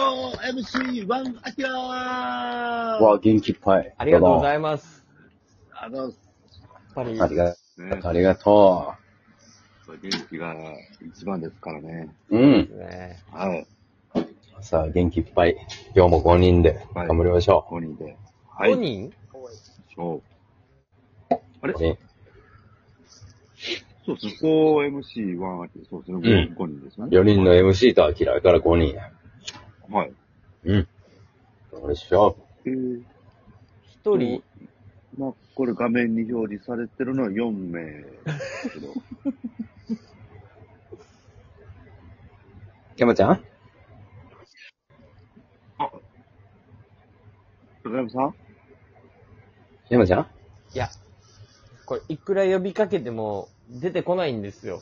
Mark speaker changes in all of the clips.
Speaker 1: 4MC1 アキラー
Speaker 2: わあ、元気いっぱい。
Speaker 3: ありがとうご
Speaker 2: い
Speaker 3: ざいます。
Speaker 1: あの、
Speaker 3: やっぱり
Speaker 2: ありが
Speaker 4: ね
Speaker 2: とう。、ありがと
Speaker 4: 元気が一番ですからね。
Speaker 2: う。うん。
Speaker 3: ね、
Speaker 4: はい。
Speaker 2: さあ、元気いっぱい。今日も5人で
Speaker 4: はい
Speaker 2: 頑張りましょ
Speaker 4: 5人で。は
Speaker 3: 5
Speaker 4: い。
Speaker 3: 人
Speaker 4: そう。あれ
Speaker 2: う。ね
Speaker 4: そうですね。4MC1 あって、そうですね。
Speaker 2: ん
Speaker 4: 5, 五人ですね。
Speaker 2: 4人の MC とアキラから5人や。
Speaker 4: はい。
Speaker 2: うん。頑張りましょ
Speaker 4: えー、
Speaker 3: ?1 人
Speaker 4: まあ、これ画面に表示されてるのは4名ですけ ど。
Speaker 2: う。山ちゃん
Speaker 4: 高山さん
Speaker 2: 山ちゃん
Speaker 3: いや、これいくら呼びかけても出てこないんで すよ。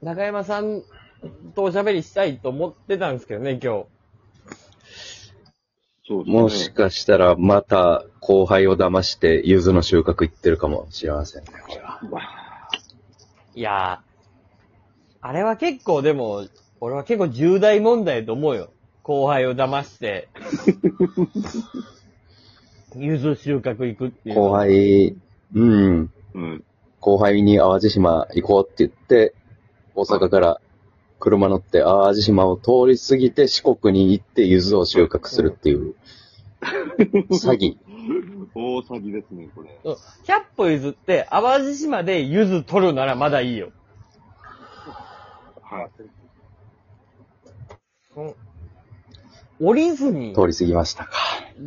Speaker 3: 中山さんとおしゃべりしたいと思ってたんですけどね、今
Speaker 4: そう
Speaker 2: もしかしたら、また、後輩を騙して、柚子の収穫行ってるかもしれませんね、これは。
Speaker 3: 日。いやー、あれは結構でも、俺は結構重大問題だと思うよ。後輩を騙 して、ゆず収穫行くっていうのは。
Speaker 2: 後輩、うん。
Speaker 4: うん。
Speaker 2: 後輩に淡路島行こうって言って、大阪から車乗って淡路島を通り過ぎて四国に行って柚子を収穫するっていう、詐欺。
Speaker 4: 大詐欺ですね、これ。
Speaker 3: そう100歩譲って、淡路島で柚子取るならまだいいよ。
Speaker 4: はい。
Speaker 3: うん降りずにっ
Speaker 2: 通り過ぎましたか。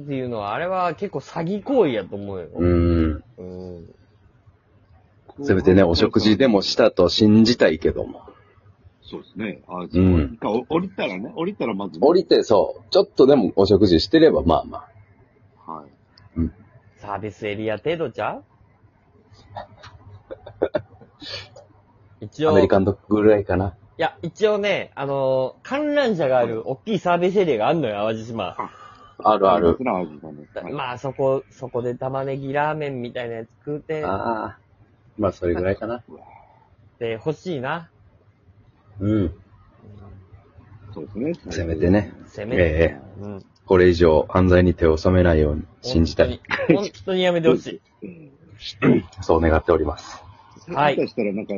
Speaker 3: ていうのは、あれは結構詐欺行為やと思うよ。
Speaker 2: うん。
Speaker 3: うん。
Speaker 2: せめてね、お食事でもしたと信じたいけども。
Speaker 4: そうですね。あ、
Speaker 2: う
Speaker 4: うんん、お降りたらね、降りたらまず、
Speaker 2: 降りてそう、ちょっとでもお食事してればまあまあ。
Speaker 4: はい。
Speaker 3: サービスエリア程度 ちゃう一
Speaker 2: ア
Speaker 3: 応、
Speaker 2: メリ
Speaker 3: い
Speaker 2: カンドッグぐらいかな。
Speaker 3: や、一応ね、あのー観覧車がある、大きいサービスエリアがあんのよ、淡路島。
Speaker 2: あるある
Speaker 4: 素。直な味だね。はい
Speaker 3: まあ、そこ、そこで玉ねぎラーメンみたいなやつ食うて
Speaker 2: ああ。まあそれぐらいかな。
Speaker 3: って欲しいな。
Speaker 2: うん。
Speaker 4: そうですね。
Speaker 2: せめてね。
Speaker 3: せめて。
Speaker 2: ええ
Speaker 3: うん。
Speaker 2: これ以上犯罪に手を染めないように信じたい。
Speaker 3: 本当に。本当にやめてほしい。
Speaker 4: うん。
Speaker 2: そう願っております。
Speaker 3: は
Speaker 4: はいい。もしかしたら、なんか、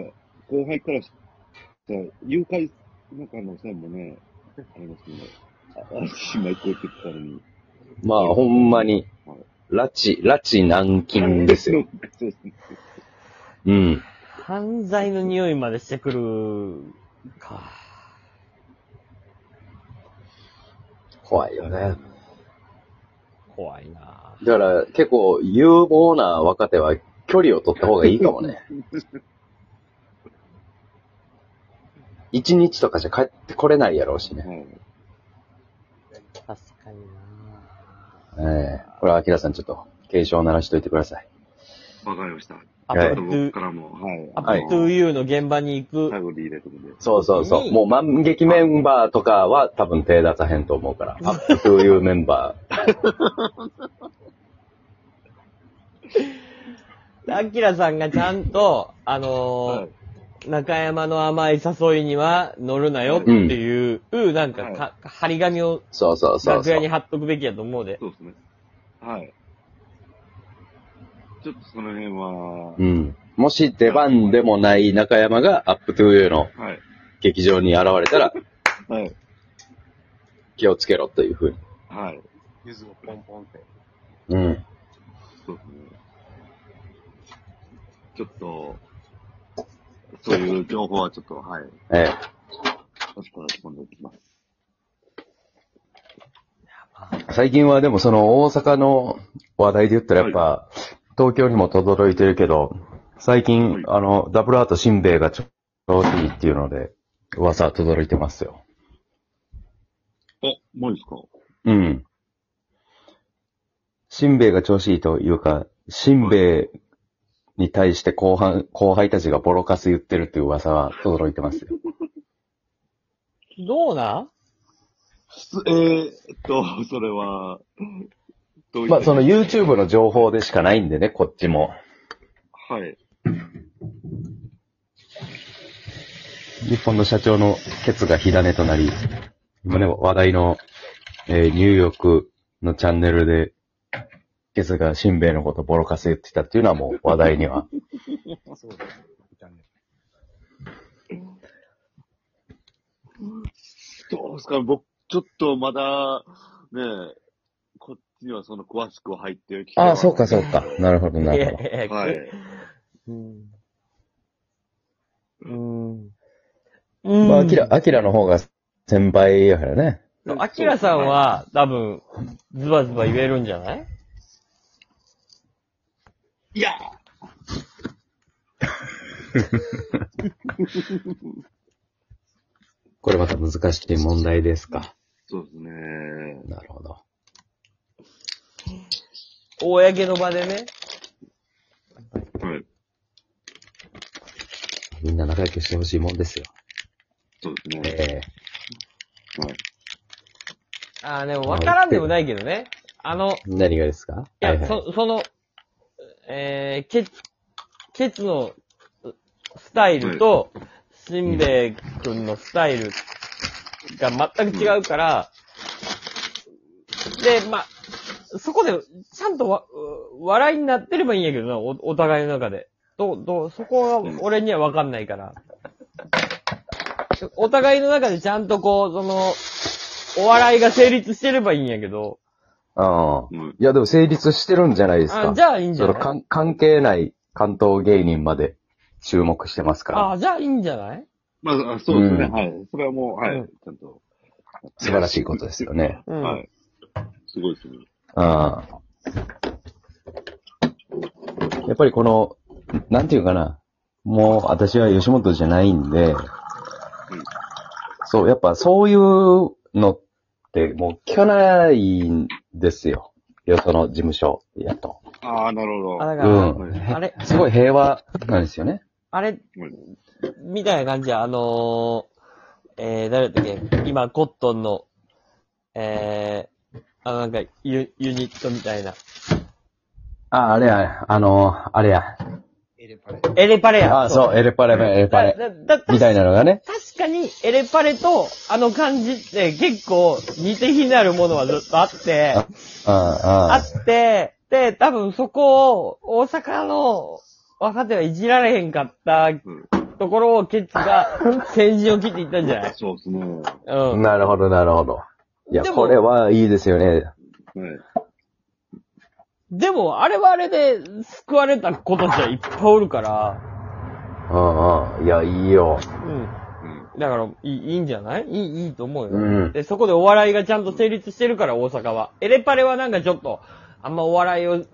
Speaker 4: 後輩からしたら、誘拐の可能性もね、ありますね。あ、あ島行こうって言ってたのに。
Speaker 2: まあ、ほんまに、拉致、拉致軟禁ですよ。。
Speaker 4: そうですね。
Speaker 2: うん。
Speaker 3: 犯罪の匂いまでしてくるか。
Speaker 2: 怖いよね。
Speaker 3: 怖いな
Speaker 2: だから、結構、有望な若手は距離を取った方がいいかも ね。一日とかじゃ帰ってこれないやろうしね。
Speaker 4: はい。
Speaker 3: 確かにな
Speaker 2: ええこれは、アキラさんちょっと、警鐘を鳴らしといてください。
Speaker 4: わかりました。ち
Speaker 3: ア
Speaker 2: はい
Speaker 3: ッ
Speaker 4: ょっ
Speaker 3: プト
Speaker 4: と
Speaker 3: ゥ
Speaker 4: 僕からも、はい。
Speaker 3: ア
Speaker 2: は
Speaker 3: ッ
Speaker 2: い
Speaker 3: プトゥーユーの現場に行く。
Speaker 4: 最後に入れてくんで。
Speaker 2: そうそうそう。もう、万劇メンバーとかは多分手出さへんと思うから。アップというメンバ
Speaker 3: でアキラさんがちゃんと、あのー中山の甘い誘いには乗るなよっていう、なんかか、張り紙を
Speaker 2: ー。そうそうそう
Speaker 3: 楽
Speaker 2: そ
Speaker 3: 屋に
Speaker 2: う。
Speaker 3: 貼っとくべきやと思うで。
Speaker 4: そうですね。はい。ちょっとその辺は、
Speaker 2: うん。もし出番でもない中山がアップトゥーユーの
Speaker 4: はい。
Speaker 2: 劇場に現れたら、
Speaker 4: はい。
Speaker 2: 気をつけろというふうに。
Speaker 4: はい。
Speaker 5: ゆずをポンポンって。
Speaker 2: うん。
Speaker 4: そうですね。ちょっと、そういう情報はちょっと、はい。
Speaker 2: ええ。
Speaker 4: もしから今度きます。
Speaker 2: 最近はでもその大阪の話題で言ったらやっぱ、東京にも轟いてるけど、最
Speaker 4: は
Speaker 2: 近
Speaker 4: い、
Speaker 2: あの、ダブルアートしんべヱがちょうどいいっていうので、噂は轟いてますよ。
Speaker 4: お、もういいですか
Speaker 2: うん。しんべヱが調子いいというか、しんべヱに対して後半、後輩たちがボロカス言ってるっていう噂は轟いてますよ。
Speaker 3: どうなん
Speaker 4: すえー、っと、それは、どういう。
Speaker 2: まあその YouTube の情報でしかないんでね、こっちも。
Speaker 4: はい。
Speaker 2: 日本の社長のケツが火種となり、今ね、話題の、えーニューヨークのチャンネルで、ケツがしんべヱのことボロカス言ってたっていうのはもう話題には。
Speaker 5: そうだね。いたね。
Speaker 4: どうですか僕、ちょっとまだ、ねえ、こっちにはその詳しくは入ってる機会は
Speaker 2: ああ、そうかそうか。なるほど、
Speaker 3: い
Speaker 2: な
Speaker 3: や
Speaker 2: るほど。
Speaker 3: いやいや
Speaker 4: はい。
Speaker 3: うん。うん。うん。
Speaker 2: まあ、アキラ、アキラの方が先輩やからね。
Speaker 3: アキラさんは、多分、ズバズバ言えるんじゃない
Speaker 1: いや
Speaker 2: これまた難しい問題ですか。
Speaker 4: そうですね。
Speaker 2: なるほど。
Speaker 3: 公の場でね。
Speaker 4: はい。
Speaker 2: みんな仲良くしてほしいもんですよ。
Speaker 4: そうですね。
Speaker 2: え
Speaker 4: はい。
Speaker 3: ああ、でも分からんでもないけどね。あの、
Speaker 2: え何がですか
Speaker 3: いや、
Speaker 2: はいはい。
Speaker 3: そその、えー、ケツ、ケツのうスタイルと、しんべヱくんのスタイルが全く違うから、で、まあ、そこで、ちゃんとわ、う笑いになってればいいんやけどな、お、お互いの中で。どう、どう、そこは俺にはわかんないから。お互いの中でちゃんとこう、その、お笑いが成立してればいいんやけど、
Speaker 2: ああ。
Speaker 4: うん
Speaker 2: いや、でも成立してるんじゃないですか。
Speaker 3: あじゃあいいんじゃ
Speaker 2: そ
Speaker 3: な
Speaker 2: の
Speaker 3: い
Speaker 2: かん関係ない関東芸人まで注目してますから。
Speaker 3: ああ、じゃあいいんじゃない
Speaker 4: まあ、あそうですね、
Speaker 2: うん
Speaker 4: はい。それはもう、はい。
Speaker 3: うん
Speaker 4: ちゃんと。
Speaker 2: 素晴らしいことですよね。
Speaker 3: うん
Speaker 4: はい。すごいですね。
Speaker 2: ああ。やっぱりこの、なんていうかな。もう私は吉本じゃないんで、そう、やっぱそういうのってもう聞かないんですよ。よその事務所やと。
Speaker 4: ああ、なるほど。
Speaker 3: あ、だか
Speaker 2: うん。
Speaker 3: ら、
Speaker 2: へ
Speaker 3: あれ
Speaker 2: すごい平和なんですよね。
Speaker 3: あれ、みたいな感じや、あのー、えー、誰だったっけ、今、コットンの、えー、あの、なんかユ、ユニットみたいな。
Speaker 2: あ、あれや、あの、あれや。
Speaker 5: エレパレ。
Speaker 3: エレパレや。
Speaker 2: あ、そう、エレパレ、エレパレ。
Speaker 3: だだだ
Speaker 2: みたいなのがね。
Speaker 3: 確かに、エレパレと、あの感じって結構、似て非なるものはずっとあって、
Speaker 2: ああ
Speaker 3: あって、で、多分そこを、大阪の若手はいじられへんかったところをケッツ が先陣を切っていったんじゃない
Speaker 4: そうですね。は
Speaker 2: あ
Speaker 3: うん。
Speaker 2: なるほど、なるほど。いや、
Speaker 3: でも
Speaker 2: これはいいですよね。
Speaker 4: い。
Speaker 3: でも、あれはあれで救われた子たちはいっぱいおるから、
Speaker 2: うんうん。いや、いいよ。
Speaker 3: うん。
Speaker 4: うん。
Speaker 3: だから、いい、いいんじゃないいい、いいと思うよ。
Speaker 2: うん
Speaker 3: で、そこでお笑いがちゃんと成立してるから、大阪は。エレパレはなんかちょっと、あんまお笑いを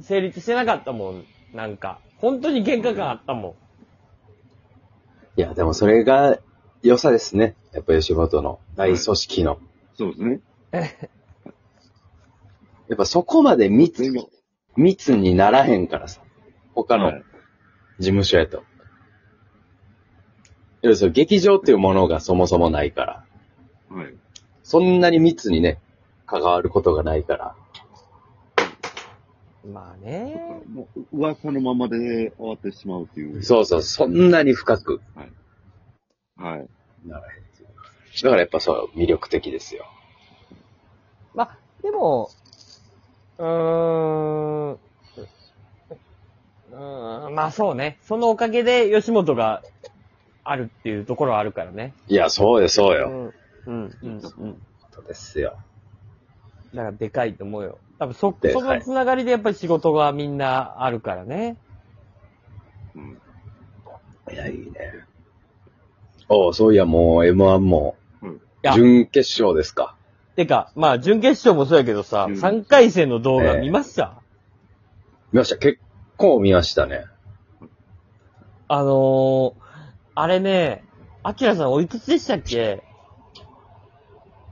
Speaker 3: 成立してなかったもん。なんか、本当に喧嘩感あったもん。
Speaker 2: いや、でもそれが良さですね。やっぱ吉本の大組織の。
Speaker 4: そうですね。
Speaker 2: やっぱそこまで密
Speaker 4: 全、部。
Speaker 2: 密にならへんからさ。他の
Speaker 4: はい
Speaker 2: 事務所やと。要するに劇場っていうものがそもそもないから。
Speaker 4: はい。
Speaker 2: そんなに密にね、関わることがないから。
Speaker 3: まあね。
Speaker 4: もう、噂のままで終わってしまうっていう。
Speaker 2: そうそう、そんなに深く
Speaker 4: はい。
Speaker 2: ならへんっていう。だからやっぱそう、魅力的ですよ。
Speaker 3: まあ、でも、うーん、うーん、まあそうね。そのおかげで吉本があるっていうところはあるからね。
Speaker 2: いや、そうよ、そう
Speaker 3: う
Speaker 2: よ。
Speaker 3: ん、うん、うん。うん
Speaker 2: そうですよ。
Speaker 3: だからでかいと思うよ。多分そ、
Speaker 2: で
Speaker 3: そ
Speaker 2: は
Speaker 3: の
Speaker 2: い
Speaker 3: つながりでやっぱり仕事がみんなあるからね。
Speaker 4: うん。
Speaker 2: いや、いいね。おうそういや、もう M1 も
Speaker 4: うん、
Speaker 3: や
Speaker 2: 準決勝ですか。
Speaker 3: てか、まあ、準決勝もそうやけどさ、
Speaker 4: うん
Speaker 3: 3回戦の動画見ました、
Speaker 2: 見ました。結構見ましたね。
Speaker 3: あのー、あれね、アキラさんおいくつでしたっけ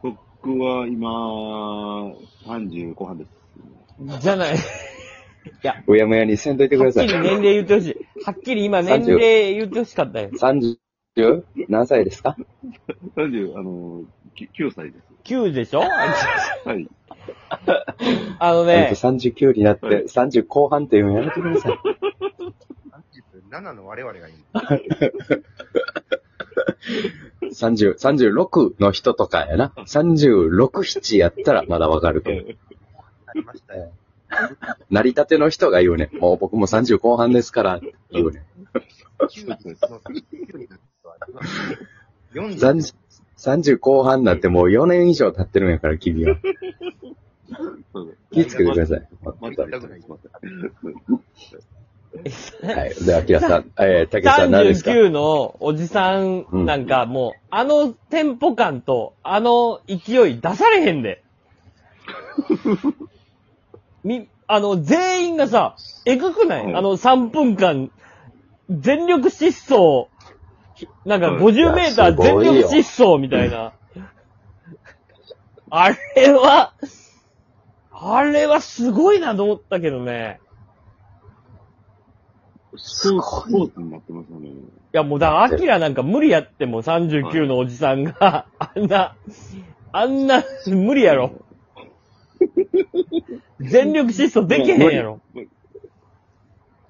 Speaker 4: 僕は今、30後半です。
Speaker 3: じゃない。
Speaker 2: うやむやにせんといてく
Speaker 3: は
Speaker 2: だ
Speaker 3: っき
Speaker 2: さ
Speaker 3: り
Speaker 2: い。
Speaker 3: 年齢言ってほしい。はっきり今年齢言ってほしかったよ。
Speaker 2: 30何歳ですか
Speaker 4: 30、あの、き9歳で
Speaker 3: 9でしょ
Speaker 4: す。はい。
Speaker 3: あのね、
Speaker 2: ?39 になって、
Speaker 4: はい
Speaker 2: 30後半っていうのやめてください。
Speaker 5: 37の我々がいい。
Speaker 2: 30、36の人とかやな。36、7やったらまだわかるけど。
Speaker 5: ありましたよ。
Speaker 2: なりたての人が言うねん。もう僕も30後半ですから、言うねん。
Speaker 5: 9に、その9になった人は今、40
Speaker 2: 30 30後半になってもう4年以上経ってるんやから、君は。
Speaker 4: そう
Speaker 2: 気ぃつけてください。
Speaker 4: ま
Speaker 2: 本
Speaker 4: た
Speaker 2: 当
Speaker 4: ま
Speaker 2: に
Speaker 4: たまた
Speaker 2: はい。で、アキラさん、えー、たけしさん何ですか
Speaker 3: 39のおじさんなんかもう、あのテンポ感と、あの勢い出されへ んで。み、あの、全員がさ、えぐくない、
Speaker 4: うん
Speaker 3: あの3分間、全力疾走、ひなんか
Speaker 4: うん
Speaker 3: 50メータ
Speaker 2: いやす
Speaker 3: ー全
Speaker 2: ごいよ
Speaker 3: 力疾走みた いな。あれは、あれはすごいなと思ったけどね。
Speaker 4: スポーツ、スポーツになってましたね。
Speaker 3: いや、もうだ、アキラなんか無理やっても39のおじさんが、あんな、あんな、無理やろ。全力疾走できへんやろ。
Speaker 4: い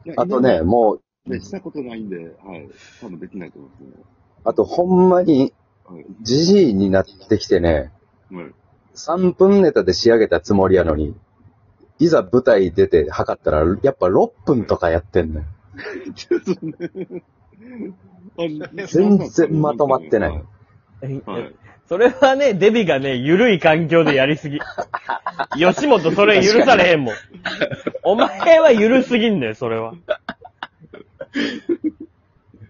Speaker 4: や
Speaker 2: あとね、、も
Speaker 4: 今までしたことないんで、はい。多分できないと思いますね。
Speaker 2: う、あとほんまに、じじいになってきてね、
Speaker 4: はい。はい。
Speaker 2: 3分ネタで仕上げたつもりやのに、いざ舞台出て測ったら、やっぱ6分とかやってんのよ。
Speaker 4: ちょっとね。あ
Speaker 2: 全然まとまってない
Speaker 4: はい。はい。
Speaker 3: それはね、デビがね、ゆるい環境でやりすぎ。吉本それ許されへんもん。お前はゆるすぎんだよ、それは。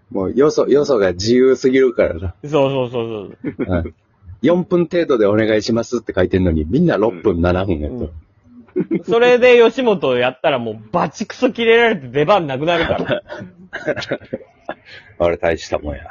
Speaker 2: もう、よそ、よそが自由すぎるからな。
Speaker 3: そうそうそうそ
Speaker 2: う
Speaker 3: う。
Speaker 2: ん4分程度でお願いしますって書いてんのに、みんな6分、7分やと。
Speaker 3: それで吉本をやったらもうバチクソ切れられて出番なくなるから。
Speaker 2: あれ大したもんや。